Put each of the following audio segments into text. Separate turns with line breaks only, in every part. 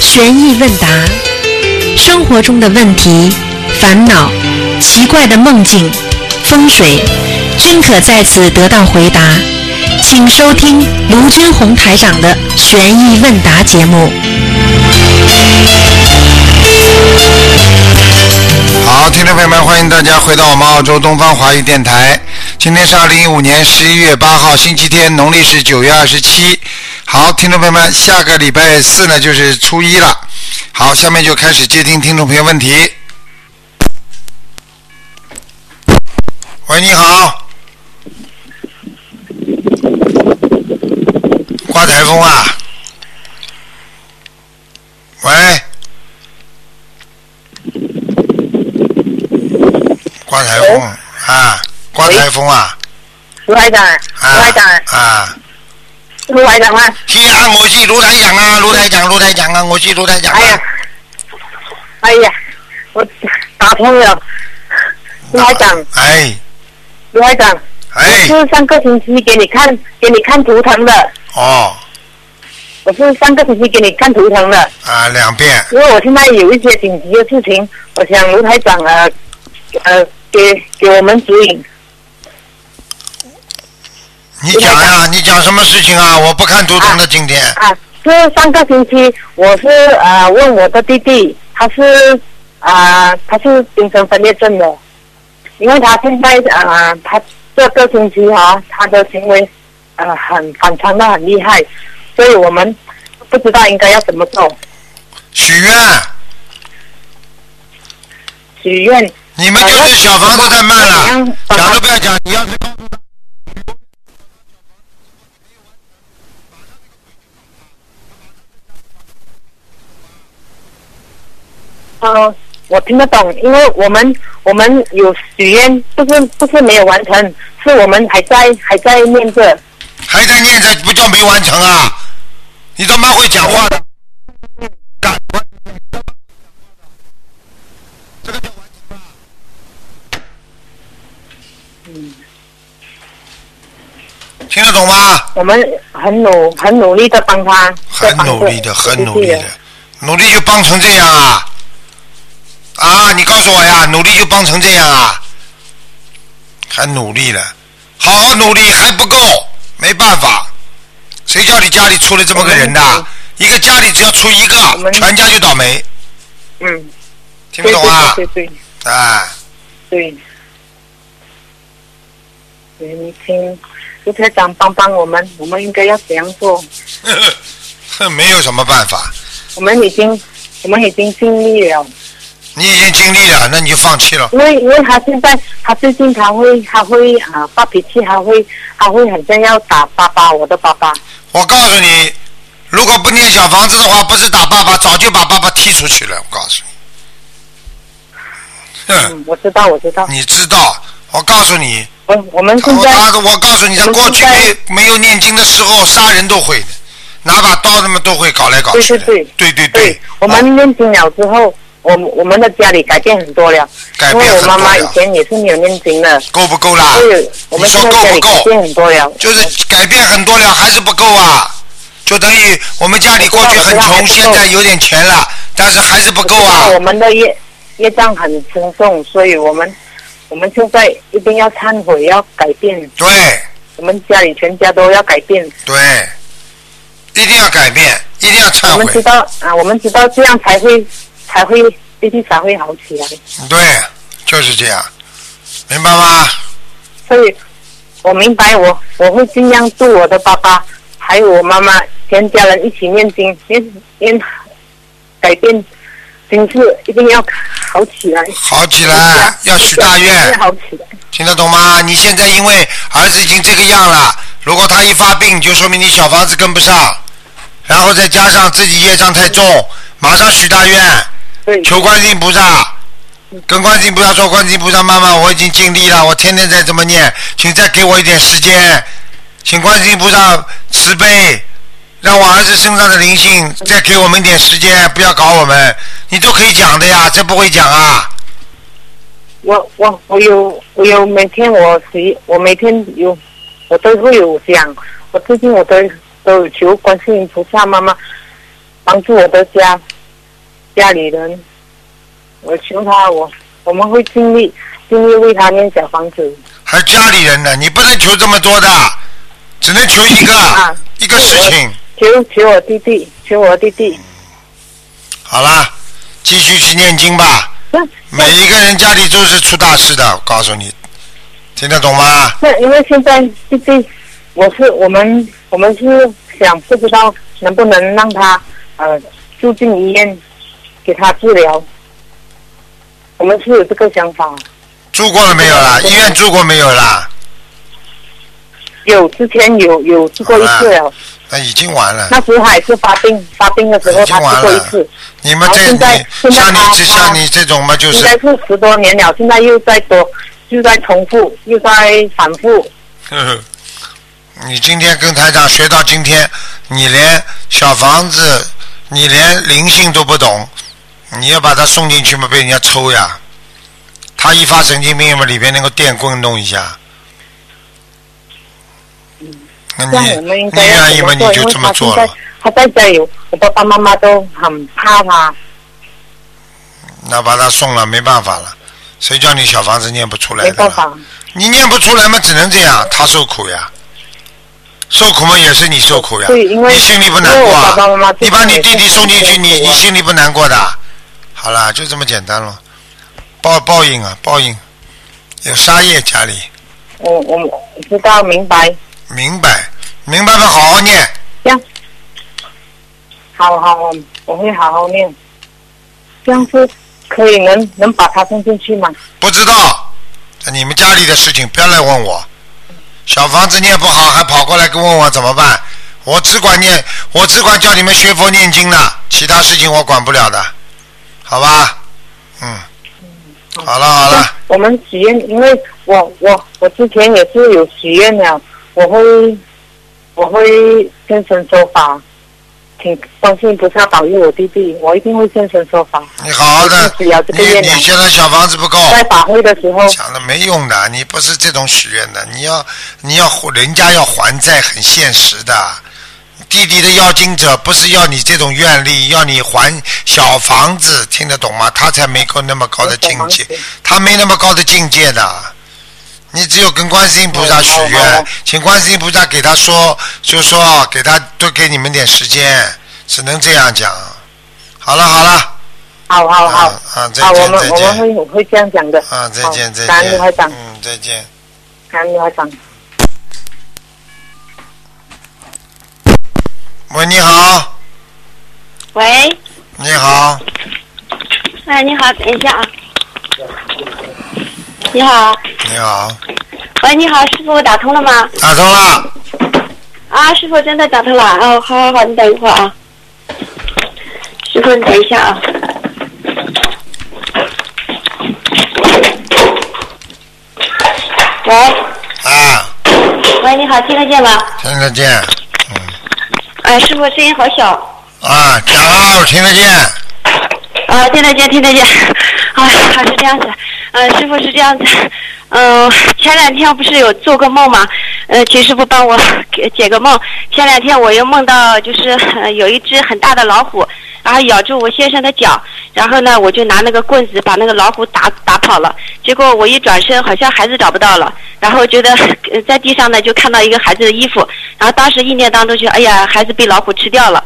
玄易问答，生活中的问题、烦恼、奇怪的梦境、风水，均可在此得到回答。请收听卢军红台长的《玄易问答》节目。
好，听众朋友们，欢迎大家回到我们澳洲东方华语电台。今天是二零一五年十一月八号，星期天，农历是九月二十七。好，听众朋友们，下个礼拜四呢就是初一了。好，下面就开始接听听众朋友问题。喂，你好。刮台风啊！喂，刮台风啊！刮台风啊！
卢台长，卢
啊
台长，
啊！
卢台长啊！
是啊，我是卢台长啊，卢台长，卢台长啊，我是卢台长、啊。
哎呀，哎呀，我打通了。卢台长，嗯
哎
卢台长，
哎
是上个星期给你看给你看图腾的，
哦
我是上个星期给你看图腾的，
啊，两遍
因为我现在有一些紧急的事情，我想卢台长呃呃给给我们指引。
你讲呀、你讲什么事情啊？我不看图腾的，今天
啊，是上个星期我是呃问我的弟弟，他是啊、呃他是精神分裂症的，因为他现在啊、呃他这个星期啊他的行为呃很反常的很厉害，所以我们不知道应该要怎么做。
许愿，
许愿
你们就是小房子太慢了，
怎么
讲
样
都不要讲，你要是告诉他
呃，我听得懂，因为我们我们有许愿，不是不是没有完成，是我们还在还在念着。
还在念着，不叫没完成啊！你他妈会讲话的，干这个叫完成啊吧？听得懂吗？
我们很努很努力的帮他，
很努力的，很努力的，努力就帮成这样啊！啊，你告诉我呀，努力就帮成这样啊！还努力了，好好努力还不够，没办法，谁叫你家里出了这么个人的？一个家里只要出一个，
们
全家就倒霉，
嗯，
听不懂啊？
对对对
啊，
对对对，你听卢台长帮帮我们，我们应该要怎样做？
呵呵哎 没有什么办法，
我们已经我们已经尽力了，
你已经尽力了，那你就放弃了。
因为因为他现在他最近他会他会啊、发脾气，他会他会很像要打爸爸，我的爸爸。
我告诉你，如果不念小房子的话，不是打爸爸，早就把爸爸踢出去了。我告诉你，哼，
嗯，我知道我知道，
你知道？我告诉你，
我我们现
我
在
他我告诉你，他过去没没有念经的时候，杀人都会的，拿把刀他们都会搞来搞去的。
对
对对
对哎我
啊
们念经了之后，我们我们的家里改变很多了，
改
因
变很
为我
多
妈妈以
了，啊
前也是没有念经的，
够不够啦？
所以我们
你
现
说够
在家
不
里改
够？
变很多了。
就是改变很多了，还是不够啊？就等于我们家里过去很
我知道我
穷，
知道
现在有点钱了，但是还是不够啊。
我们的业业障很沉重，所以我们我们现在一定要忏悔，要改变，
对。
我们家里全家都要改变。
对，一定要改变，一定要忏
我们知
悔。
道啊，我们知道这样才会才会弟弟才会好起来，
对，就是这样，明白吗？
所以我明白我我会尽量助我的爸爸还有我妈妈全家人一起念经念念改变形势，一定要好起来。
好起来，啊要许大
一定
愿，
好起来。
听得懂吗？你现在因为儿子已经这个样了，如果他一发病，就说明你小房子跟不上，然后再加上自己业障太重，马上许大愿，
对，
求观世音菩萨。跟观世音菩萨说，观世音菩萨妈妈，我已经尽力了，我天天在这么念，请再给我一点时间，请观世音菩萨慈悲，让我儿子身上的灵性再给我们一点时间，不要搞我们，你都可以讲的呀，这不会讲啊？
我我我有我有每天我随我每天有我都会有讲，我最近我都都有求观世音菩萨妈妈帮助我的家，家里人，我求他，我我们会尽力尽力为他念小房子
还有家里人呢，你不能求这么多的，只能求一个、
啊
一个事情。
求求我弟弟，求我弟弟。
好啦，继续去念经吧。
那
每一个人家里都是出大事的，我告诉你，听得懂吗？
那因为现在弟弟，我是我们我们是想不知道能不能让他呃住进医院给他治疗，我们是有这个想法。
住过了没有啦？
对
医院住过没有啦？
有之前有有治过一次了，
那已经完了。
那时候还是发病发病的时候
已经
他
完
治
了
过一次，
你们这
然后现在
你
现在
像你
他
这像你这种嘛，就
应
是
该是十多年了，现在又在多又在重复又在反复。
你今天跟台长学到今天，你连小房子，你连灵性都不懂，你要把它送进去嘛，被人家抽呀。他一发神经病嘛，里边那个电棍弄一下。那
这
你
样我们应
你
该要
愿意
怎
嘛，
么
你
做？因
就
为
这么
他
做
现
了
在。他在家有，我爸爸妈妈都很怕他。
那把他送了，没办法了。谁叫你小房子念不出来
没
的
办
了？
法，
你念不出来嘛，只能这样，他受苦呀。受苦嘛，也是你受苦呀。
对因为
你心里不难过
因为我爸爸妈
啊
妈？
你把你弟弟送进去，
之前也
你
是
你心里不难过的？好啦，就这么简单了。报报应啊，报应，有杀业家里，
我我知道明白，
明白明白吧？好好念，
这样，好好，我会好好念。这样是可以能能把他送进去吗？
不知道你们家里的事情不要来问我。小房子念不好，还跑过来跟问我怎么办？我只管念，我只管叫你们学佛念经了，其他事情我管不了的，好吧？嗯，好了好了，
我们许愿，因为我我我之前也是有许愿了，我会我会现身说法，请观世音菩萨保佑我弟弟，我一定会现身说法。
你好好的
我自己要，这个
你
愿呢
你现在小房子不够，
在法会的时候，
讲了没用的，你不是这种许愿的，你要你要人家要还债，很现实的。弟弟的要经者不是要你这种愿力，要你还小房子，听得懂吗？他才没够那么高的境界
小房子，
他没那么高的境界的。你只有跟观世音菩萨许
嗯好的好
愿
的，
请观世音菩萨给他说，就说给他多给你们点时间，只能这样讲。好了好了，
好好好，
啊啊再见
好，我
再见
们我们会我会这样讲的。
啊，再见
好
再
感恩卢
见
台，长，
嗯，再见。
感恩卢台长。
喂，你好，
喂，
你好。
哎，你好，等一下啊。你好，
你好，
喂，你好，师傅，打通了吗？
打通了。
啊，师傅真的打通了。哦，好好好，你等一会儿啊。师傅，你等一下啊。喂，
啊，
喂，你好，听得见吗？
听得见。嗯，
哎，师傅声音好小。
啊，讲了，我听得见。
啊，听得见，听得见。啊，还是这样子。呃，师傅是这样子。嗯、前两天不是有做个梦吗？呃，请师傅帮我给解个梦。前两天我又梦到，就是、呃、有一只很大的老虎，然后咬住我先生的脚，然后呢，我就拿那个棍子把那个老虎打打跑了。结果我一转身，好像孩子找不到了，然后觉得、呃在地上呢就看到一个孩子的衣服，然后当时意念当中就哎呀，孩子被老虎吃掉了。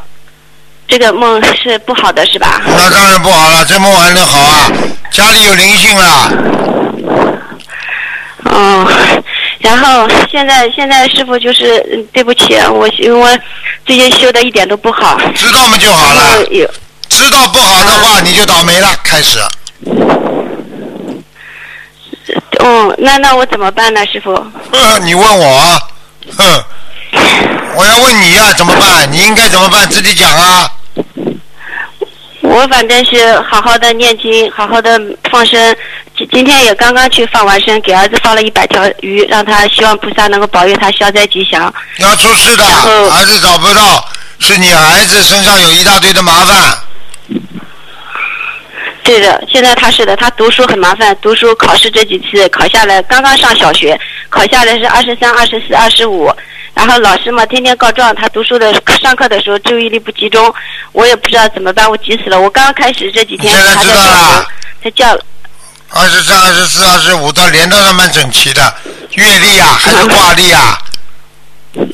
这个梦是不好的，是吧？
那当然不好了，这么晚能好啊？家里有灵性了，
哦， 然后现在现在师傅就是嗯对不起，我因为最近修的一点都不好，
知道嘛就好
然后
了。
有
知道不好的话，你就倒霉了。开始，
嗯，那那我怎么办呢，师傅？
呵你问我啊，哼，我要问你啊，怎么办？你应该怎么办？自己讲啊。
我反正是好好的念经，好好的放生。今今天也刚刚去放完生，给儿子放了一百条鱼，让他希望菩萨能够保佑他消灾吉祥。
要出事的，
然后
儿子找不到，是你孩子身上有一大堆的麻烦。
对的，现在他是的，他读书很麻烦，读书考试这几次考下来，刚刚上小学，考下来是二十三、二十四、二十五，然后老师嘛天天告状，他读书的上课的时候注意力不集中，我也不知道怎么办，我急死了。我刚开始这几天
你现在
他
知
在
道
叫
了啊
我，他叫呃
二十三、二十四、二十五，到连到上蛮整齐的，月历 啊还是挂历啊？
是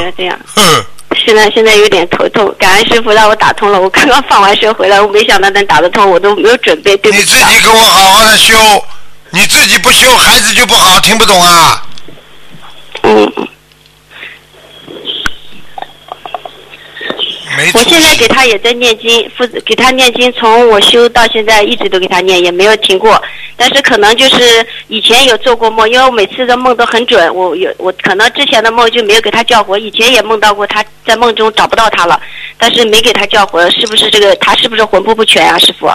呵
这样。
呵，
现在现在有点头痛，感恩师傅让我打通了。我刚刚放完学回来，我没想到能打得通，我都没有准备，对不
你
起
自
啊。
己给我好好的修，你自己不修，孩子就不好，听不懂啊？
嗯，
没出
我
息。
现在给他也在念经，父子给他念经，从我修到现在一直都给他念，也没有停过。但是可能就是以前有做过梦，因为我每次的梦都很准，我有我可能之前的梦就没有给他叫活，以前也梦到过他在梦中找不到他了，但是没给他叫活，是不是这个他是不是魂魄不全啊，师傅？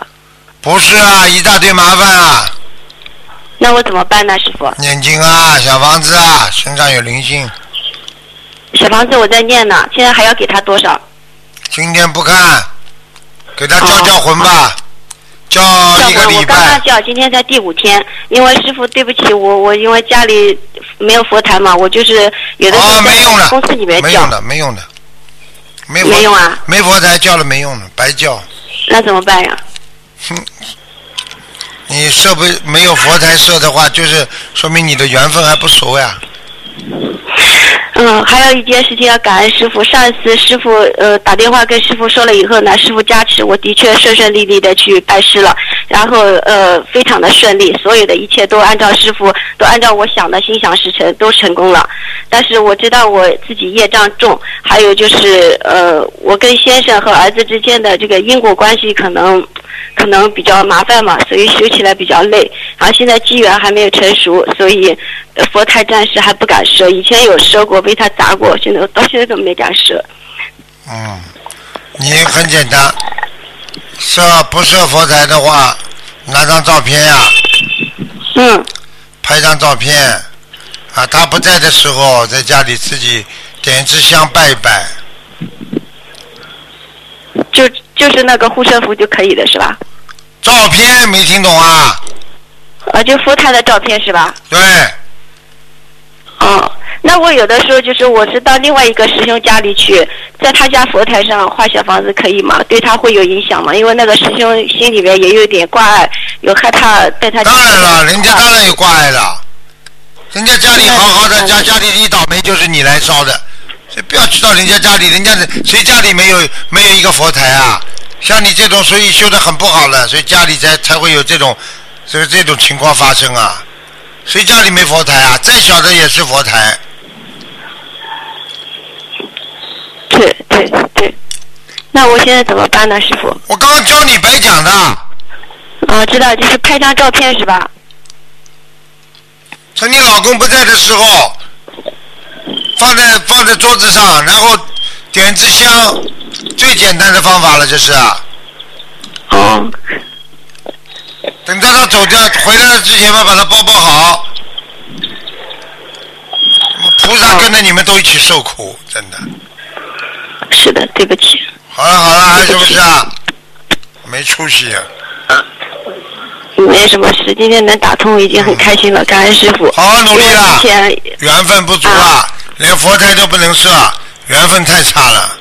不是啊，一大堆麻烦啊，
那我怎么办呢，师傅？
念经啊，小房子啊，身上有灵性，
小房子我在念呢，现在还要给他多少？
今天不看，给他叫叫魂
哦
吧，叫
叫
一个
我，
礼
我刚
拜
刚。叫，今天才第五天。因为师傅，对不起，我我因为家里没有佛台嘛，我就是有的时
啊，
候
没用
在
的，
公司里面
没
叫
用，的，没用的，没佛
没用啊，
没佛台叫了没用的，白叫。
那怎么办呀？
你设不没有佛台设的话，就是说明你的缘分还不熟呀。
嗯，还有一件事情要感恩师傅。上一次师傅呃打电话跟师傅说了以后呢，师傅加持，我的确顺顺利利的去拜师了，然后呃非常的顺利，所有的一切都按照师傅都按照我想的心想事成，都成功了。但是我知道我自己业障重，还有就是呃我跟先生和儿子之间的这个因果关系可能可能比较麻烦嘛，所以修起来比较累。然后现在机缘还没有成熟，所以呃佛台暂时还不敢设。以前有设过，被他砸过，现在到现在都没敢设。
嗯，你很简单，设不设佛台的话，拿张照片呀、
嗯，
拍张照片，啊，他不在的时候，在家里自己点一支香拜一拜，
就就是那个护身符就可以了，是吧？
照片没听懂啊？
啊，就佛台的照片是吧？
对，
哦，那我有的时候就是我是到另外一个师兄家里去，在他家佛台上画小房子可以吗？对他会有影响吗？因为那个师兄心里面也有点挂碍，有害怕带他。
当然了，人
啊
家当然有挂碍了，人家家里好好的，家家里一倒霉就是你来烧的，所以不要去到人家家里，人家谁家里没有没有一个佛台啊？像你这种，所以修的很不好了，所以家里才才会有这种，所以这种情况发生啊。谁家里没佛台啊？再小的也是佛台。
对对对，那我现在怎么办呢，师傅？
我刚刚教你白讲的。
啊，知道，就是拍张照片是吧？
趁你老公不在的时候，放在放在桌子上，然后点支香，最简单的方法了，这是。
哦，
等到他走掉回来了之前嘛，把他包包好。菩萨跟着你们都一起受苦，真的。
是的，对不起。
好了好了，还是不是啊？没出息、啊，
没什么事，今天能打通已经很开心了，感恩师傅。
好好努力啦
因为之前
缘分不足啊，连佛台都不能设，缘分太差了。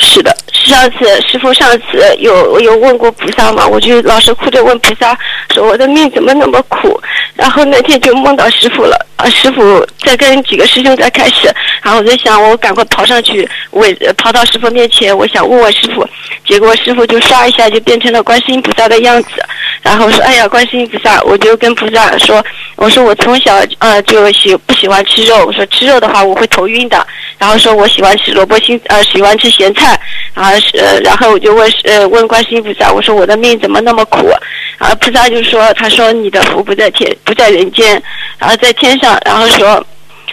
是的，上次师傅上次有有问过菩萨嘛，我就老是哭着问菩萨，说我的命怎么那么苦。然后那天就梦到师傅了，啊，师傅在跟几个师兄在开始，然后我在想我赶快跑上去，我呃跑到师傅面前，我想问问师傅，结果师傅就唰一下就变成了观世音菩萨的样子，然后说哎呀观世音菩萨，我就跟菩萨说，我说我从小呃就喜不喜欢吃肉，我说吃肉的话我会头晕的，然后说我喜欢吃萝卜心，呃，喜欢吃咸菜，然后是，呃然后我就问，呃，问观世音菩萨，我说我的命怎么那么苦？然后菩萨就说，他说你的福不在天，不在人间，然后在天上，然后说。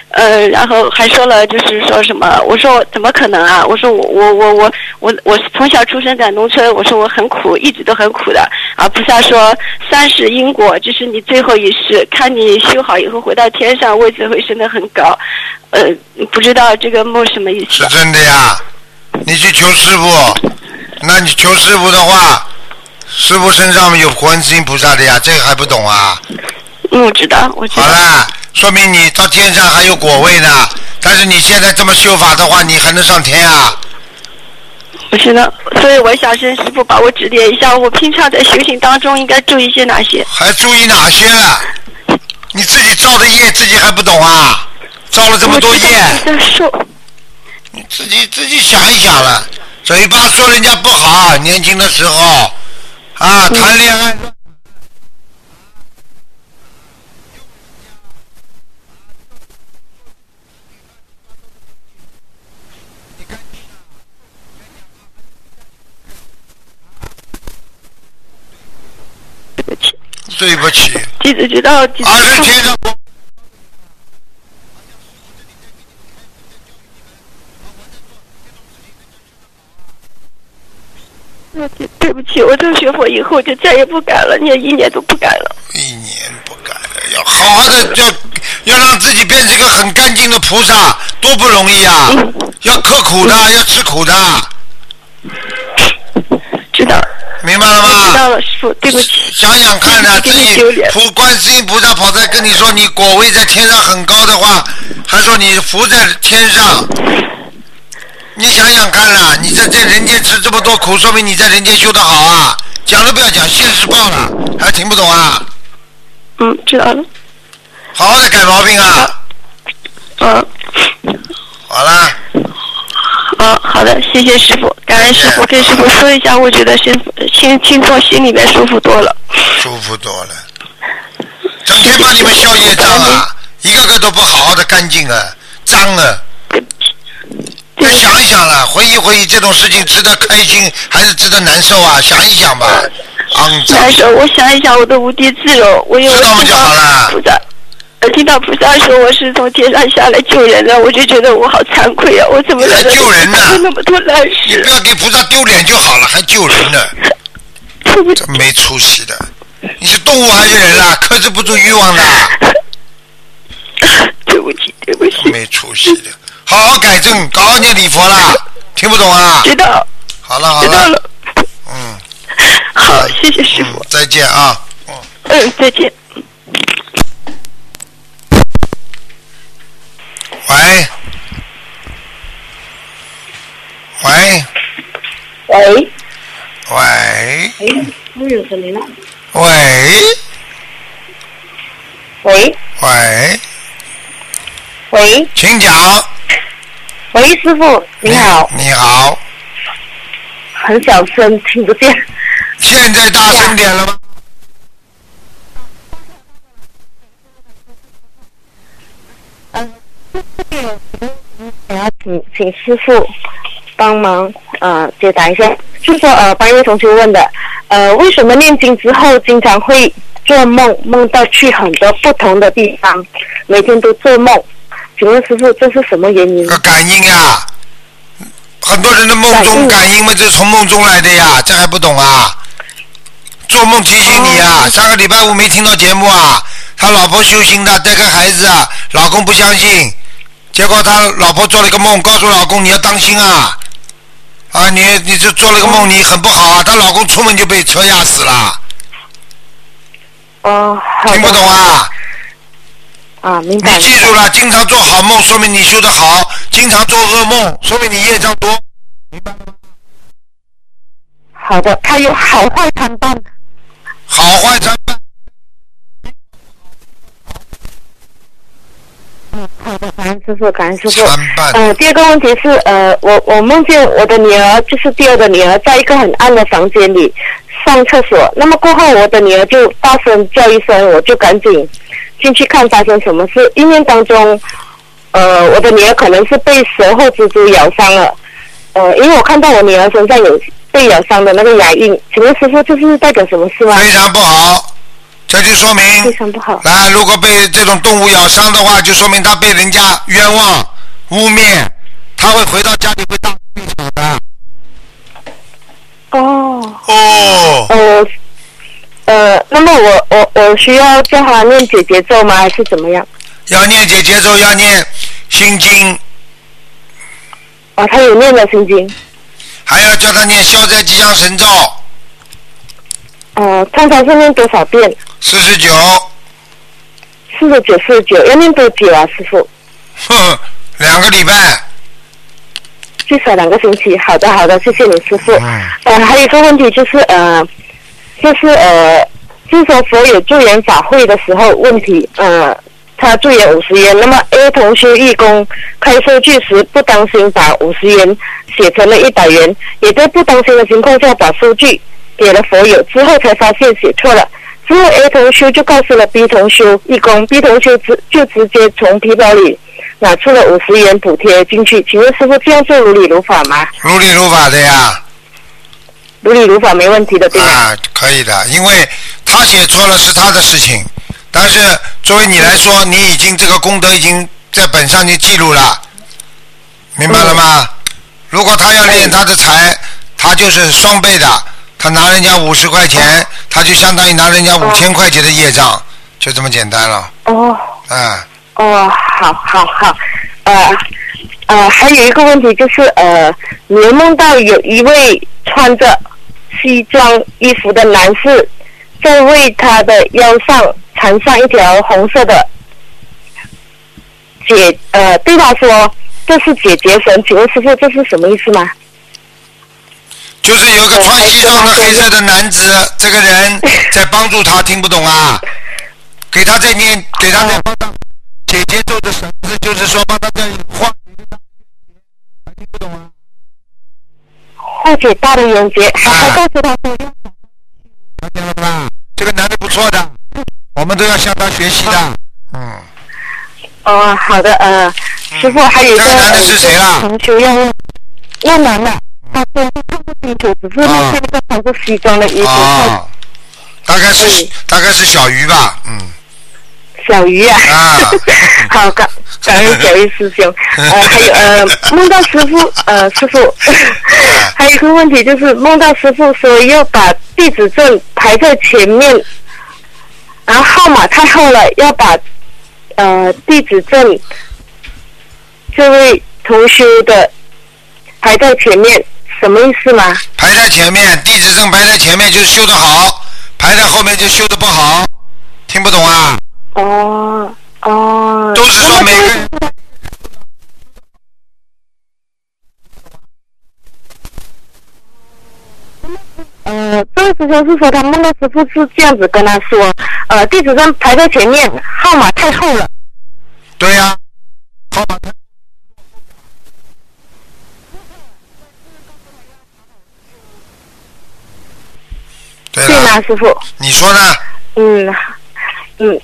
呃，然后还说了，就是说什么？我说怎么可能啊？我说我我我我我我从小出生在农村，我说我很苦，一直都很苦的。啊，菩萨说三世因果，这是你最后一世，看你修好以后回到天上，位置会升得很高。呃，不知道这个梦什么意思
是？真的呀。你去求师傅，那你求师傅的话，师傅身上有观世音菩萨的呀，这个还不懂啊？
嗯，我知道，我知
好
道。
啦，说明你到天上还有果位呢，但是你现在这么修法的话，你还能上天啊？
不是呢，所以我想请师傅帮我指点一下，我平常在修行当中应该注意些哪些？
还注意哪些？啊你自己造的业自己还不懂啊？造了这么多业，
我知道你在说，
你自己自己想一想了。嘴巴说人家不好，年轻的时候啊，谈恋爱。
对不起，
对不起，
弟子知道，弟子
二十天上
对不起，我从学佛以后就再也不敢了，连一年都不敢了。
一年不改了，要好好的，要要让自己变成一个很干净的菩萨，多不容易啊！
嗯
要刻苦的，要吃苦的，
知道，
明白了
知道
吗？
了，师傅，对不起。
想想看呢、
给
自
你
己
嗯丢脸
菩观世音菩萨跑来跟你说你果位在天上很高的话，还说你浮在天上，你想想看啦、你在这人间吃这么多苦，说明你在人间修得好啊！讲都不要讲，现实报了，还听不懂啊？
嗯，知道了。
好好的改毛病啊！
嗯
好啦，
嗯，好的，谢谢师傅，感恩师傅，
谢谢
跟师傅说一下，我觉得心心轻松，心里面舒服多了。
舒服多了。整天帮你们消业障啊，一个个都不好好的干净啊，脏啊！
对不起，对
再
不起，
想一想啦，回忆回忆这种事情，值得开心还是值得难受啊？想一想吧，
呃
肮脏
难。受。我想一想，我都无地自容。我因为
知道就
我听到
好了
菩萨，呃，听到菩萨说我是从天上下来救人的，我就觉得我好惭愧啊！我怎么
你还
能
救人呢
做那么多烂
你
事
不？要给菩萨丢脸就好了，还救人呢，
对不起
真没出息的。你是动物还是人啊？克制不住欲望的，啊
对不起，对不起，
没出息的。好好改正，好好念礼佛啦。听不懂啊？
知道
好了好
知道
了，
了。
嗯
好，谢谢师傅
嗯。，再见啊。嗯。
嗯，再见。
喂，喂，
喂，
喂，
没哎有声音了。
喂，
喂
喂，
喂
请讲。
喂，师傅您好，
你好，
很小声，听不见。
现在大声点了吗？
然后哎请请师傅帮忙呃解答一下，就说呃帮一位同学问的，呃为什么念经之后经常会做梦，梦到去很多不同的地方，每天都做梦？请问师傅这是什么原因
这？个感应啊，很多人的梦中感应嘛，就是从梦中来的呀，这还不懂啊？做梦提醒你啊，上个礼拜五没听到节目啊，他老婆修行的，带个孩子啊，老公不相信，结果他老婆做了一个梦，告诉老公你要当心啊，啊你你这做了个梦，你很不好啊，她老公出门就被车压死了，
哦，好
啊
的
听不懂啊？
啊，明白
你
了。
记住了，经常做好梦，说明你修得好；经常做噩梦，说明你业障多。
好的，他有好坏参半。
好坏参半。
嗯，好的，感恩师傅，感恩师傅。
参半
呃，第二个问题是，呃，我我梦见我的女儿，就是第二个女儿，在一个很暗的房间里上厕所。那么过后，我的女儿就大声叫一声，我就赶紧进去看发生什么事。意念当中，呃，我的女儿可能是被蛇或蜘蛛咬伤了。呃，因为我看到我女儿身上有被咬伤的那个牙印，请问师傅这是代表什么事吗？
非常不好，这就说
呃非
明，
常不好。
啊，如果被这种动物咬伤的话，就说明他被人家冤枉、污蔑，他会回到家里会大哭一场的。
哦。
哦，
呃，呃，那么我我我需要叫他念姐姐咒吗？还是怎么样？
要念姐姐咒，要念心经，
哦，他有念了心经。
还要叫他念消灾吉祥神咒
呃，通常是念多少遍？
四十九。
四十九，四十九，要念多久啊，师傅？
哼，两个礼拜。
至少两个星期。好的，好的，谢谢你师傅。
嗯
呃，还有一个问题就是呃，就是呃，就是说所有助缘法会的时候，问题呃，他助缘五十元，那么 A 同修义工开收据时不当心把五十元写成了一百元，也在不当心的情况下把收据给了佛友，之后才发现写错了。之后 A 同修就告诉了 B 同修义工，B 同修直就直接从皮包里拿出了五十元补贴进去。请问师傅这样做如理如法吗？
如理如法的呀，
如理如法没问题的，对吗？
啊，可以的，因为他写错了是他的事情，但是作为你来说，你已经这个功德已经在本上已经记录了，明白了吗？如果他要练他的财，他就是双倍的，他拿人家五十块钱，他就相当于拿人家五千块钱的业障，就这么简单了，
哦
啊。
哦，好好好，呃呃，还有一个问题就是呃，你有梦到有一位穿着西装衣服的男士，在为他的腰上缠上一条红色的姐呃，对他说这是姐姐绳，请问师傅这是什么意思吗？
就是有个穿西装的黑色的男子，这个人在帮助他，听不懂啊？给他在念，给他在帮他姐姐做的绳子，就是说帮他在画，还听不懂啊？
化解大的冤结，还还告诉他说要
看见了吧？这个男的不错的，我们都要向他学习的。嗯，
哦，好的，呃，师傅还有一个
这个男嗯的是谁啦
呃同学要问，要男的，他说他看不清楚，只是
啊
他看那个穿着西装的衣服，
哦，大概是
嗯
大概是小鱼吧，嗯，
小鱼啊，
啊
好感感恩小鱼师兄， 呃，还有呃，梦到师傅，呃，师
啊
傅， 还有一个问题就是梦到师傅说要把地址证排在前面，然后号码太后了，要把呃地址证这位同修的排在前面，什么意思吗？
排在前面，地址证排在前面就是修得好，排在后面就修得不好，听不懂啊？
哦哦，
都是说每个人。
呃，这位师兄是说他梦到师傅是这样子跟他说，呃，地址证排在前面，号码太厚
啊
了。
对呀、号码牌对
对
了，
吗，师傅？
你说呢？
嗯嗯，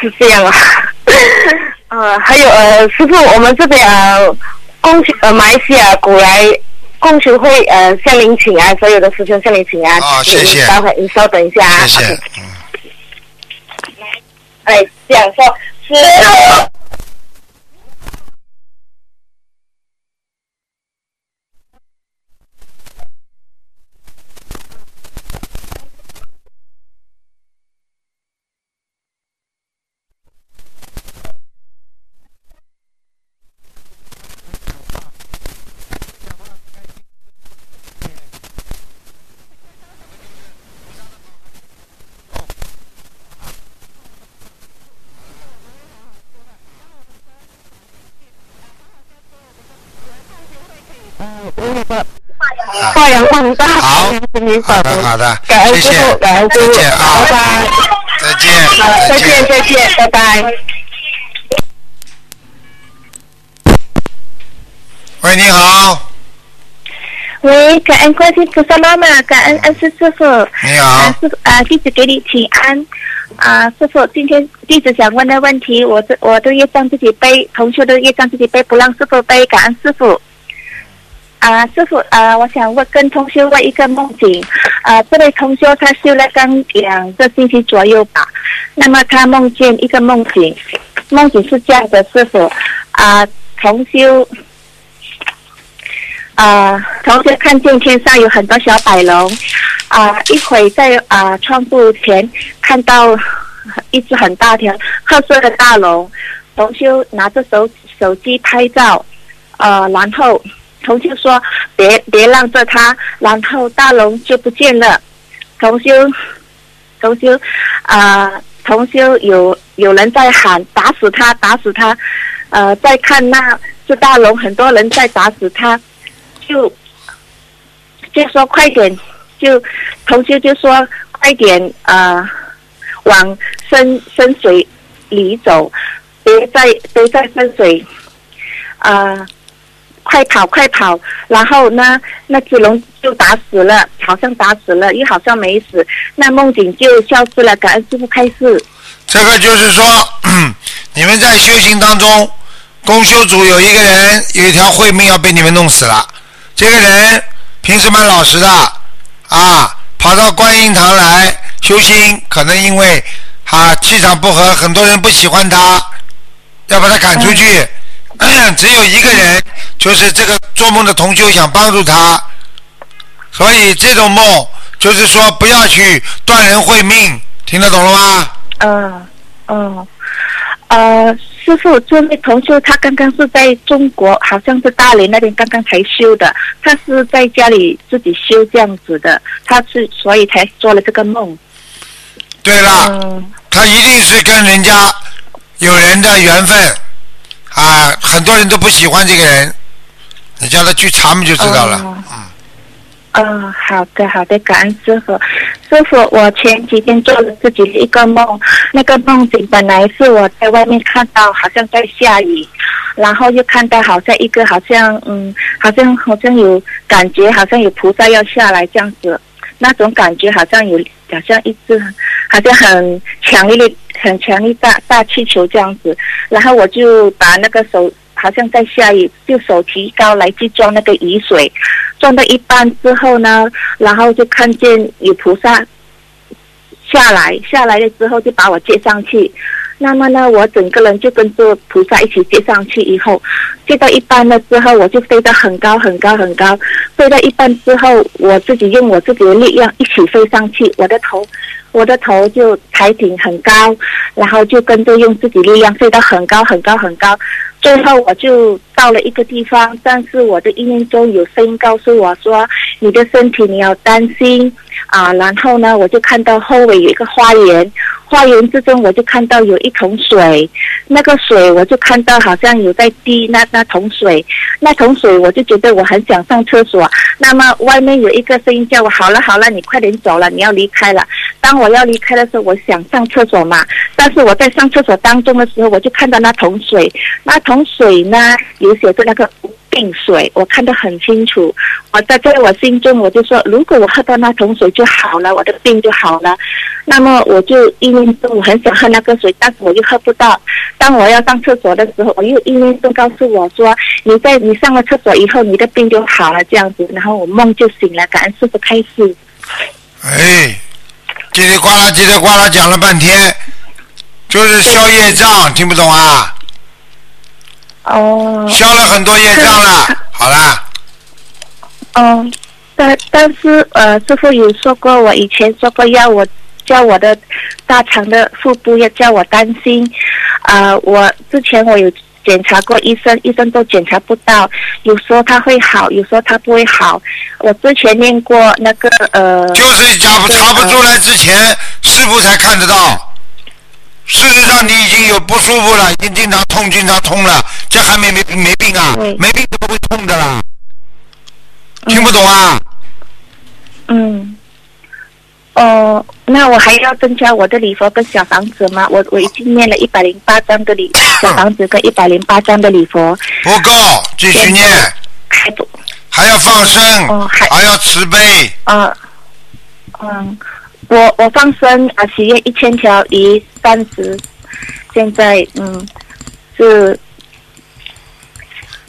是这样啊。 呃，还有呃，师傅，我们这边呃，供求呃马来西亚古来供求会呃向您请安，所有的师兄向您请安。
哦谢谢
您待会儿您稍等一下
谢
啊。
谢
OK。。哎，讲说师傅。发扬光大，
好
心灵法
好
门
的，。嗯好的
感，恩
谢
师
谢
傅，，感恩师
再
傅，
见啊
拜拜。
再见，
好，再见，再见，拜拜。
喂，你好，
喂，感恩观世音菩萨妈妈，感恩恩师师傅。
你
啊
好，，
师傅啊，弟子给你请安。啊，师傅，今天弟子想问的问题，我这我的业障自己背，同修的业障自己背，不让师傅背，感恩师傅。啊，师傅啊，我想问跟同修问一个梦境。啊，这位同修他修了刚两个星期左右吧，那么他梦见一个梦境，梦境是这样的，师傅啊，同修。啊，同修看见天上有很多小百龙，啊，一会在啊窗户前看到一只很大条褐色的大龙，同修拿着手手机拍照，呃，然后同修说别别让着它，然后大龙就不见了。同修，同修，啊、同修有有人在喊打死他，打死他，
呃在看那四大楼，很多人在打死他，就就说快点，就同学就说快点呃往深深水里走，别在别在深水，呃快跑快跑！然后呢，那只龙就打死了，好像打死了，又好像没死。那梦境就消失了，感恩师傅开示。
这个就是说， 你们在修行当中，公修组有一个人有一条慧命要被你们弄死了。这个人平时蛮老实的啊，跑到观音堂来修心，可能因为啊气场不合，很多人不喜欢他，要把他赶出去。 只有一个人，就是这个做梦的同修想帮助他，所以这种梦就是说不要去断人慧命，听得懂了吗？
嗯嗯呃，师傅，这位同修他刚刚是在中国，好像是大连那边刚刚才修的，他是在家里自己修这样子的，他是所以才做了这个梦。
对了，
嗯
他一定是跟人家有人的缘分啊，很多人都不喜欢这个人，你叫他去查嘛就知道了。
哦嗯，好的好的，感恩师傅。师傅，我前几天做了自己的一个梦，那个梦境本来是我在外面看到好像在下雨，然后又看到好像一个好像嗯，好像好像有感觉，好像有菩萨要下来这样子，那种感觉好像有好像一只好像很强烈的很强烈大大气球这样子，然后我就把那个手好像在下雨，就手提高来去装那个雨水。转到一半之后呢，然后就看见有菩萨下来，下来了之后就把我接上去。那么呢，我整个人就跟着菩萨一起接上去，以后接到一半了之后，我就飞到很高很高很高，飞到一半之后，我自己用我自己的力量一起飞上去，我的头，我的头就抬挺很高，然后就跟着用自己力量飞到很高很高很高，最后我就到了一个地方，但是我的意念中有声音告诉我说：“你的身体你要担心啊。”然后呢，我就看到后尾有一个花园，花园之中我就看到有一桶水，那个水我就看到好像有在滴那那桶水，那桶水我就觉得我很想上厕所。那么外面有一个声音叫我：“好了好了，你快点走了，你要离开了。”当我要离开的时候，我想上厕所嘛，但是我在上厕所当中的时候，我就看到那啊桶水，那桶水呢有写着那个无病水，我看得很清楚。我在在我心中我就说，如果我喝到那桶水就好了，我的病就好了。那么我就意念中我很想喝那个水，但是我又喝不到。当我要上厕所的时候，我又意念中告诉我说，你在你上了厕所以后，你的病就好了这样子。然后我梦就醒了，感恩师傅开始。
哎，叽里呱啦叽里呱啦讲了半天，就是消业障，听不懂啊？
哦
消了很多业障了，好了。
哦，但但是呃，师傅有说过，我以前说过要我叫我的大肠的腹部要叫我担心，啊、我之前我有检查过医生，医生都检查不到，有时候他会好，有时候他不会好。我之前念过那个呃，
就是查不
对
查不
呃
出来之前，师傅才看得到。事实上，你已经有不舒服了，已经经常痛，经常痛了，这还没没没病啊
对？
没病怎么会痛的啦？听不懂啊？
嗯。哦，那我还要增加我的礼佛跟小房子吗？我我已经念了一百零八章的礼小房子跟一百零八章的礼佛，
不够，继续念，
还不
还要放生
哦，还
还要慈悲，
呃，嗯，我我放生啊，许愿一千条鱼三十，现在嗯是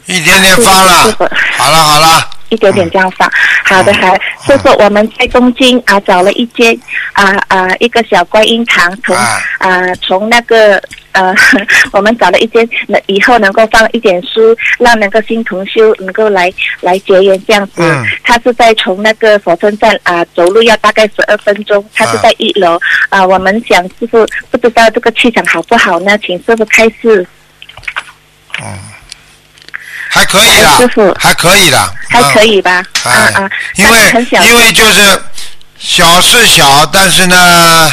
一点点发
是
了
的是的。
好了好了，
一点点这样放。好的，好的，师傅，我们在东京啊找了一间啊啊一个小观音堂，从
啊
啊从那个呃 我们找了一间，那以后能够放一点书，让那个新同修能够来来结缘这样子。
嗯
他是在从那个火车站啊走路要大概十二分钟，他是在一楼啊我们想师傅不知道这个气场好不好呢？请师傅开示。
还可以
哎师
的
傅，
还可以的，
还
嗯
可以吧？
哎
啊啊，
因
但是很
为
小
因为就是小是小，但是呢，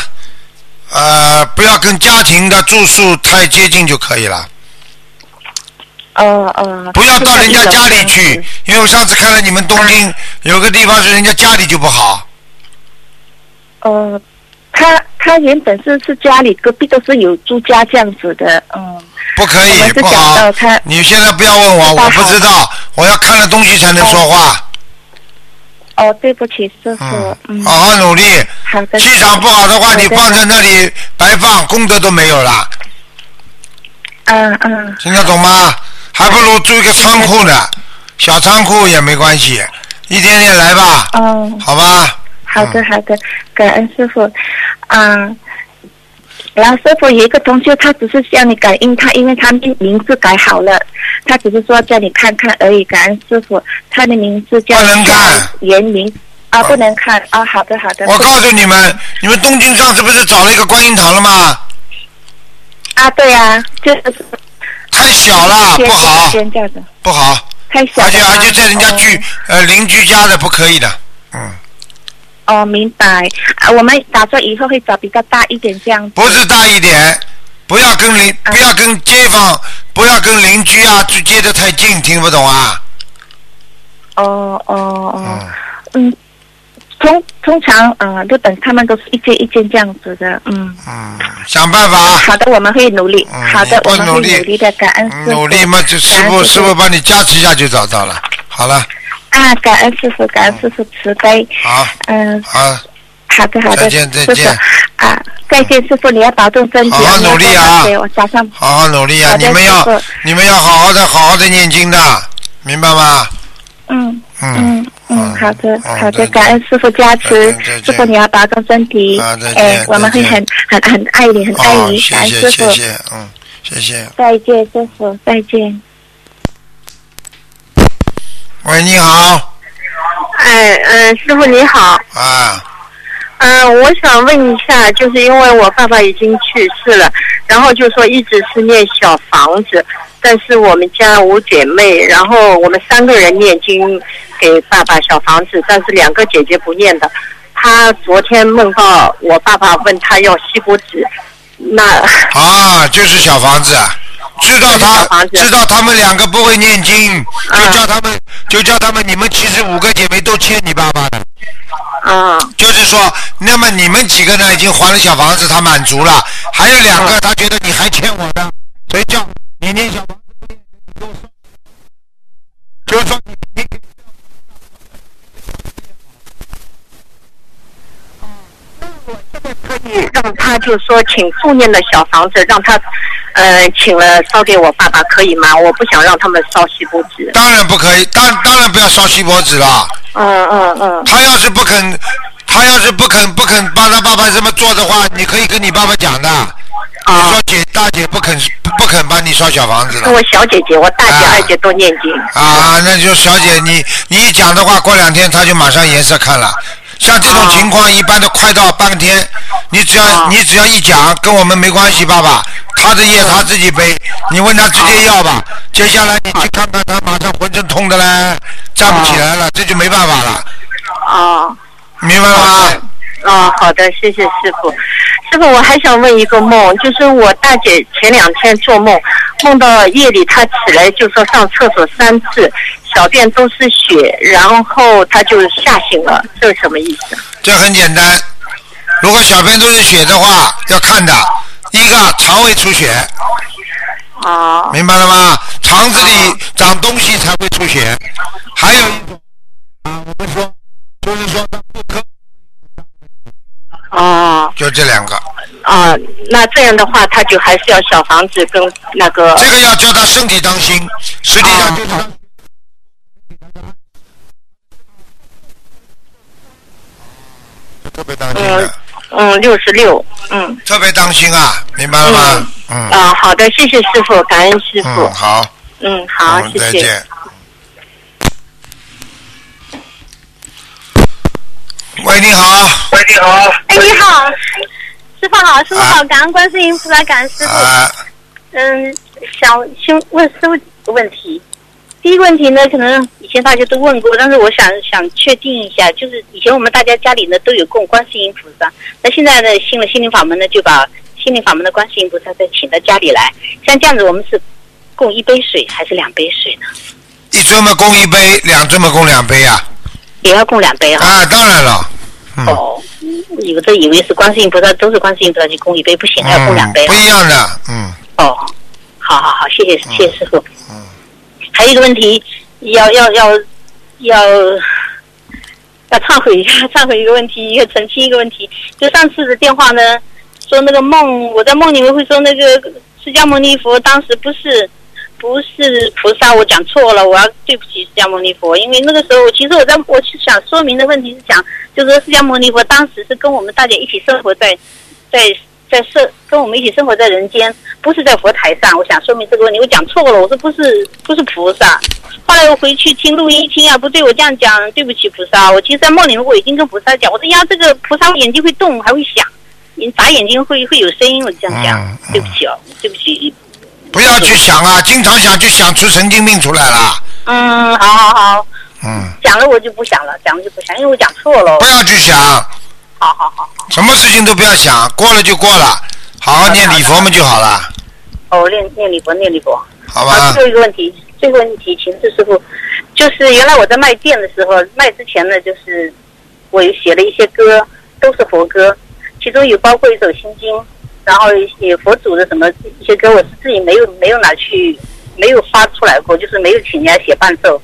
呃，不要跟家庭的住宿太接近就可以了。
呃
哦
呃，
不要到人家家里
嗯
去，因为我上次看了你们东
啊
京有个地方是人家家里就不好，
呃，他他原本是是家里隔壁都是有住家这样子的，嗯，
不可以
我们是
不
讲
好
到他。
你现在不要问我，
不大
我
好
不知道，我要看了东西才能说话。
哦，对不起，师傅，嗯，
好好努力。
好的，
气场不好的话，
我
你
知道
放在那里白放，功德都没有了，
嗯嗯，
听得懂吗？还不如租一个仓库呢，小仓库也没关系，一点点来吧，
哦，
好吧？嗯
好的好的，感恩师傅，啊。然后师傅有一个同学，他只是向你感应他，因为他名名字改好了，他只是说叫你看看而已。感恩师傅，他的名字叫
不能看
夏元明啊，不能看啊。好的好的，
我告诉你们，你们东京上次不是找了一个观音堂了吗？
啊，对啊，就是
太小了，
先
啊不好，
先这样子，
不好，
太小了
而且
吗
而且在人家居呃邻居家的不可以的，嗯，
哦哦，明白啊。我们打算以后会找比较大一点这样子。
不是大一点，不要跟邻
嗯
不要跟街坊，不要跟邻居啊就接得太近，听不懂啊？
哦哦哦，
嗯，
嗯，通通常呃，日本他们都是一间一间这样子的，嗯。
嗯，想办法，
好的，我们会努力。
嗯
好的
你，不
我们会
努力
努力的，感恩师傅。
嗯努力嘛，就师
感
傅
恩
师傅帮你加持一下就找到了。好了，
啊，感恩师傅，感恩师傅慈悲。
好，
嗯，
好，
好的，好的，
再见
师
再
傅
见
啊，再见，师傅，你要保重身体，
好好
你要
努力
多
啊
喝水我早上
好好努力啊！
好的
你们
师
要
傅
你们要好好的好好的念经的，明白吗？
嗯
嗯，
嗯嗯，好的
嗯再
好的，
见
感恩师傅加持
再见再见，
师傅你要保重身体
啊再，见
哎，我们
再
会
见
很很很爱你，很爱
哦，
你，
谢
感恩
谢
师
谢
傅，
谢，嗯，谢谢。
再见师傅，再见。
喂，你好，
哎，嗯，师傅你好，
啊，
嗯，我想问一下，就是因为我爸爸已经去世了，然后就说一直是念小房子，但是我们家五姐妹，然后我们三个人念经给爸爸小房子，但是两个姐姐不念的。她昨天梦到我爸爸问她要锡箔纸，那
啊，就是小房子，知道
小
他
房子
知道他们两个不会念经，就
嗯
啊
叫他们就叫他们，你们其实五个姐妹都欠你爸爸的，
啊
就是说，那么你们几个呢已经还了小房子，他满足了，还有两个他觉得你还欠我的，所以叫你念小房子，就是说你你给
可以让他就说请助念的小房子，让他呃请了烧给我爸爸可以吗？我不想让他们烧锡箔纸。
当然不可以，当当然不要烧锡箔纸了。
嗯嗯嗯
他要是不肯，他要是不肯不肯帮他爸爸这么做的话，你可以跟你爸爸讲的。你
啊
说，姐大姐不肯不不肯帮你烧小房子
是
了
我小姐姐，我大姐、
啊
二姐都念经。
啊，那就小姐你你一讲的话，过两天他就马上颜色看了。像这种
啊
情况，一般都快到半天，你只要、
啊
你只要一讲，跟我们没关系，爸爸，他的业他自己背，你问他直接要
啊
吧。接下来你去看看他，马上浑身痛的嘞，站不起来了，这就没办法了，
啊
明白了吗？
啊，好的，谢谢师傅。师傅，我还想问一个梦，就是我大姐前两天做梦，梦到夜里她起来就说上厕所三次，小便都是血，然后她就吓醒了，这是什么意思？
这很简单，如果小便都是血的话，要看的。一个肠胃出血，
啊
明白了吗？肠子里长东西才会出血。还有一种啊，我们说就是说它妇科，
啊
就这两个。
啊！那这样的话，她就还是要小房子跟那个
这个要叫他身体当心，实际上就是他特别当心
嗯
的，
嗯六十六嗯
特别当心啊，明白了吗？嗯
啊，好的，谢谢师傅，感恩师傅。
嗯，好。
嗯，好，
嗯
谢
再
谢。
见。喂，你好，啊
喂，你好。
哎，你好，师傅好，师傅好
啊，
感恩观世音菩萨，感恩师傅。
啊，
嗯，想先问师傅几个问题。第一个问题呢，可能以前大家都问过，但是我想想确定一下，就是以前我们大家家里呢都有供观世音菩萨，那现在呢信了心灵法门呢，就把心灵法门的观世音菩萨再请到家里来，像这样子我们是
供一杯水还是两杯水呢？
一这么供一杯，两这么供两杯呀、
也要供两杯
啊？
哈、
当然了，嗯
哦，有的以为是观世音菩萨，都是观世音菩萨，就供一杯不行，还要供两
嗯，
杯
啊
不。一样的，嗯，
哦，好好好，谢谢谢谢师傅。嗯。还有一个问题，要要要要要忏悔 一下，忏悔一个问题，要澄清一个问题。就上次的电话呢，说那个梦，我在梦里面会说那个释迦牟尼佛当时不是。不是菩萨，我讲错了，我要对不起释迦牟尼佛，因为那个时候，其实我在我是想说明的问题是讲，就是说释迦牟尼佛当时是跟我们大家一起生活在在在社跟我们一起生活在人间，不是在佛台上。我想说明这个问题，我讲错了，我说不是不是菩萨。后来我回去听录音一听啊，不对，我这样讲对不起菩萨。我其实在梦里面我已经跟菩萨讲，我说呀，这个菩萨眼睛会动，还会响，你眨眼睛会会有声音，我这样讲，
嗯嗯
对不起哦，对不起。
不要去想啊，经常想就想出神经病出来了，
嗯，好好好，
嗯，
讲了我就不想了，讲了就不想，因为我讲错了
不。要去想，
好好好，
什么事情都不要想，过了就过了，好好念礼佛嘛就好了，
哦，念念礼佛，念礼佛。
好吧
啊，最？后一个问题，最后一个问题，请示师傅，就是原来我在卖店的时候，卖之前呢，就是我有写了一些歌，都是佛歌，其中有包括一首《心经》，然后有佛祖的什么一些歌，我是自己没有没有拿去，没有发出来过，就是没有请人家写伴奏，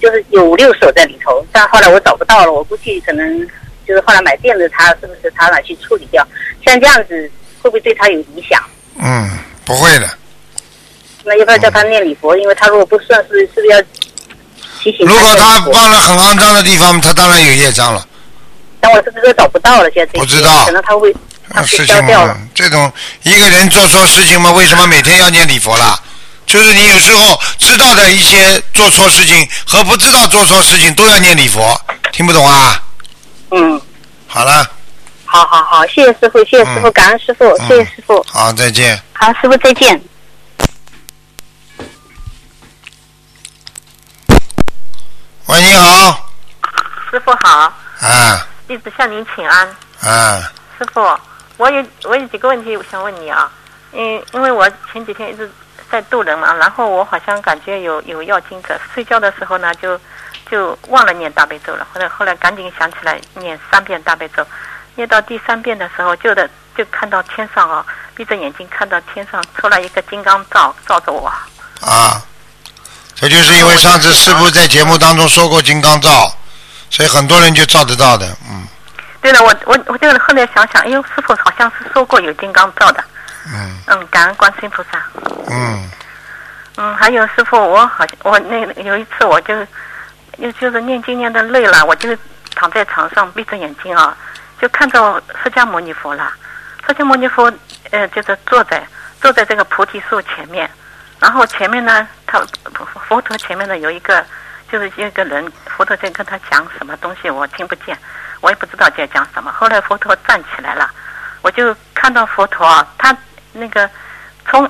就是有五六首在里头，但后来我找不到了，我估计可能就是后来买店的他是不是他拿去处理掉？像这样子会不会对他有影响？
嗯，不会的。
嗯那要不要叫他念礼佛？因为他如果不算是，是不是要提醒
如果他
他念礼佛？
放了很肮脏的地方，他当然有业障了。
但我这个歌找不到了，现在这
我
一
知
些
道啊
可能他会他会
事
消
情
掉了
嘛。，这种一个人做错事情嘛，为什么每天要念礼佛啦？就是你有时候知道的一些做错事情和不知道做错事情都要念礼佛，听不懂啊？
嗯，
好了，
好好好，谢谢师傅，谢谢师傅，
嗯
感恩师傅，
嗯
谢谢师傅。
好，再见。
好，师傅再见。
喂，你好，
师傅好，
啊
弟子向您请安。
啊，
师傅，我有我有几个问题我想问你啊，嗯，因为我前几天一直在渡人嘛，然后我好像感觉有有要经者，睡觉的时候呢就就忘了念大悲咒了，后来后来赶紧想起来念三遍大悲咒，念到第三遍的时候，就的就看到天上啊，闭着眼睛看到天上出来一个金刚罩罩着我，
啊，这就是因为上次师傅在节目当中说过金刚罩，所以很多人就照得到的，嗯
对了，我我我这个后来想想，哎呦，师傅好像是说过有金刚罩的，
嗯
嗯，感恩观世音菩萨。
嗯
嗯，还有师傅，我好像我那个有一次我就，就就是念经念的累了，我就躺在床上闭着眼睛啊，就看到释迦牟尼佛了。释迦牟尼佛呃，就是坐在坐在这个菩提树前面，然后前面呢，他佛佛陀前面呢有一个就是一个人，佛陀在跟他讲什么东西，我听不见，我也不知道在讲什么。后来佛陀站起来了，我就看到佛陀啊，他那个从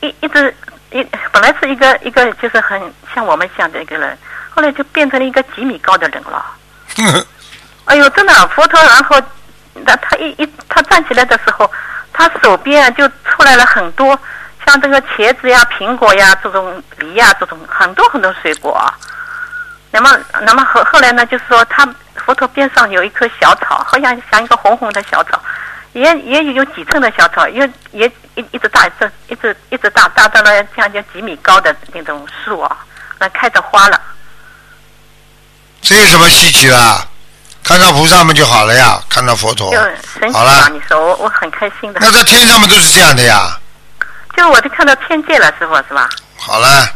一一直一本来是一个一个就是很像我们这样的一个人，后来就变成了一个几米高的人了。
呵呵
哎呦，真的，佛陀，然后那他一一他站起来的时候，他手边啊就出来了很多像这个茄子呀、苹果呀、这种梨呀、这种很多很多水果啊。那么，那么后后来呢，就是说他佛陀边上有一棵小草，好像像一个红红的小草，也也有几寸的小草，也也一一直大，这一直一直大，大到了将近几米高的那种树啊，那开着花了。
这有什么稀奇的？看到菩萨们就好了呀，看到佛陀
就神，奇
哦好了。
啊！你说我我很开心的。
那在天上面都是这样的呀。
就我就看到天界了，师傅是吧？
好了，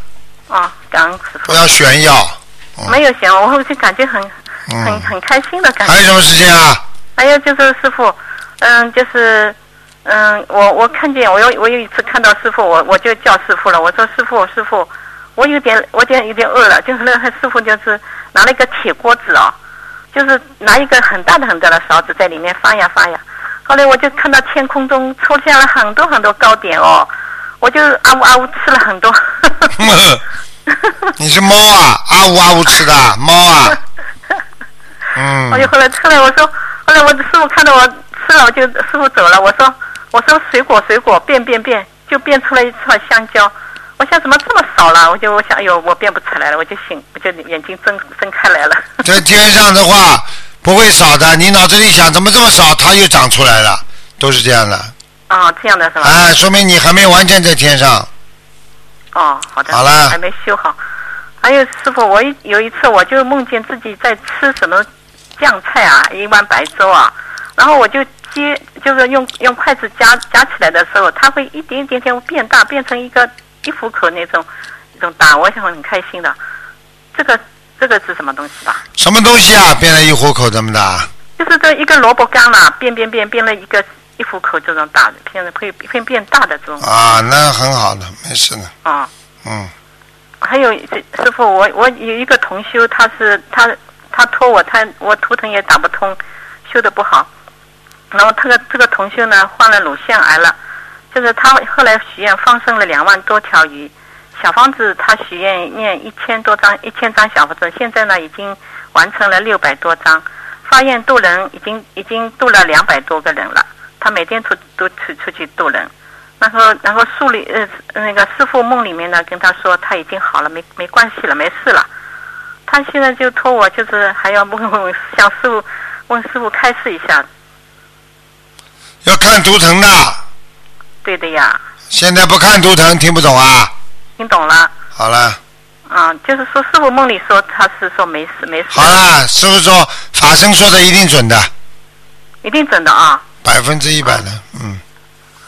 哦，感恩师傅
不，要炫耀。
没有嫌我，我就感觉很很
哦嗯，
很开心的感觉
还。有什么事情啊？
还有就是师傅，嗯，就是嗯，我我看见我有我有一次看到师傅，我我就叫师傅了，我说师傅师傅，我有点我有点有点饿了，就是那个师傅就是拿了一个铁锅子啊、就是拿一个很大的很大的勺子在里面翻呀翻呀，后来我就看到天空中出现了很多很多糕点哦，我就啊呜啊呜吃了很多。
你是猫啊？啊呜啊呜吃的猫啊？嗯
我就后来后来我说，后来我师傅看到我吃了，我就师傅走了，我说我说水果水果变变变，就变出来一串香蕉。我想怎么这么少了？我就我想，哎呦，我变不出来了，我就醒，我就眼睛睁睁开来了。
在天上的话不会少的，你脑子里想怎么这么少，它又长出来了，都是这样的。
啊，这样的是吧？
啊，说明你还没完全在天上。
哦，好的，
好了
还没修好。还有师傅，我一有一次我就梦见自己在吃什么酱菜啊，一碗白粥啊，然后我就接，就是用用筷子夹夹起来的时候，它会一点一点点变大，变成一个一虎口那种那种大，我想很开心的。这个这个是什么东西吧？
什么东西啊？变了一虎口这么啊大？
就是这一个萝卜干啦、变变变变了一个一虎口这种大，变得会会变大的这种
啊，那很好的，没事的，
啊。
嗯，
还有师师傅，我我有一个同修，他是他他托我，他我图腾也打不通，修的不好。然后这个这个同修呢，患了乳腺癌了，就是他后来许愿放生了两万多条鱼，小房子他许愿念一千多张，一千张小房子，现在呢已经完成了六百多张，发愿渡人已经已经渡了两百多个人了，他每天出都出出去渡人。然后，然后树里呃那个师傅梦里面呢跟他说他已经好了，没没关系了，没事了。他现在就托我，就是还要问问向师傅问师傅开示一下，
要看图腾的，
对的呀，
现在不看图腾听不懂啊。
听懂了。
好了，
啊，就是说师傅梦里说他是说没事没事，
好啊了，师傅说法身说的一定准的，
一定准的啊。
百分之一百的，嗯，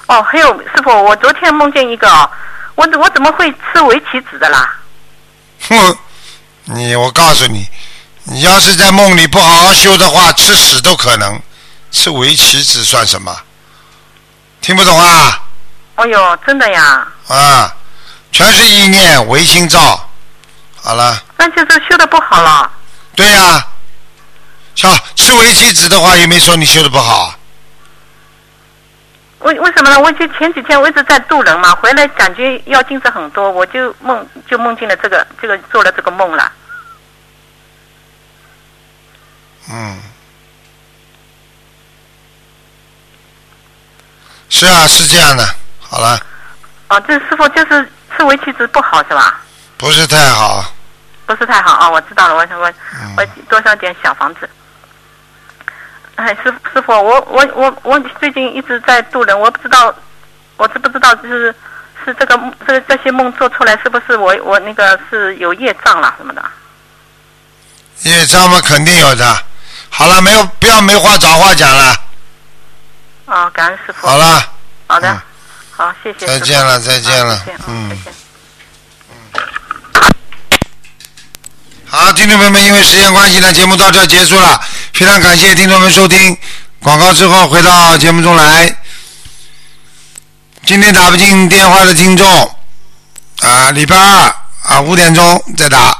哦，还有师傅，我昨天梦见一个哦，我我怎么会吃围棋子的啦？
哼，你我告诉你，你要是在梦里不好好修的话，吃屎都可能，吃围棋子算什么？听不懂啊？
哦哟，真的呀，
啊，全是意念唯心造。好了，
那就是修的不好了。
对呀、像吃围棋子的话，也没说你修的不好啊。
为为什么呢？我就前几天我一直在渡人嘛，回来感觉要镜子很多，我就梦就梦见了这个这个做了这个梦了。
嗯，是啊，是这样的。好了，
哦，这师傅就是吃围棋子不好是吧？
不是太好。啊
不是太好啊、我知道了，我想我
嗯
我多烧点小房子。哎，师师傅，我我我我最近一直在渡人，我不知道，我知不知道就是是这个这个这些梦做出来是不是我我那个是有业障啦什么的？
业障嘛，肯定有的。好了，没有，不要没话找话讲了。
啊、感恩师傅。
好了，
好的，
嗯
好，谢啊谢。
再见了，再
再
见了
再见。，
嗯
再。见。
好，听众朋友们，因为时间关系呢，节目到这儿结束了。非常感谢听众们收听，广告之后回到节目中来。今天打不进电话的听众，啊，礼拜二啊五点钟再打。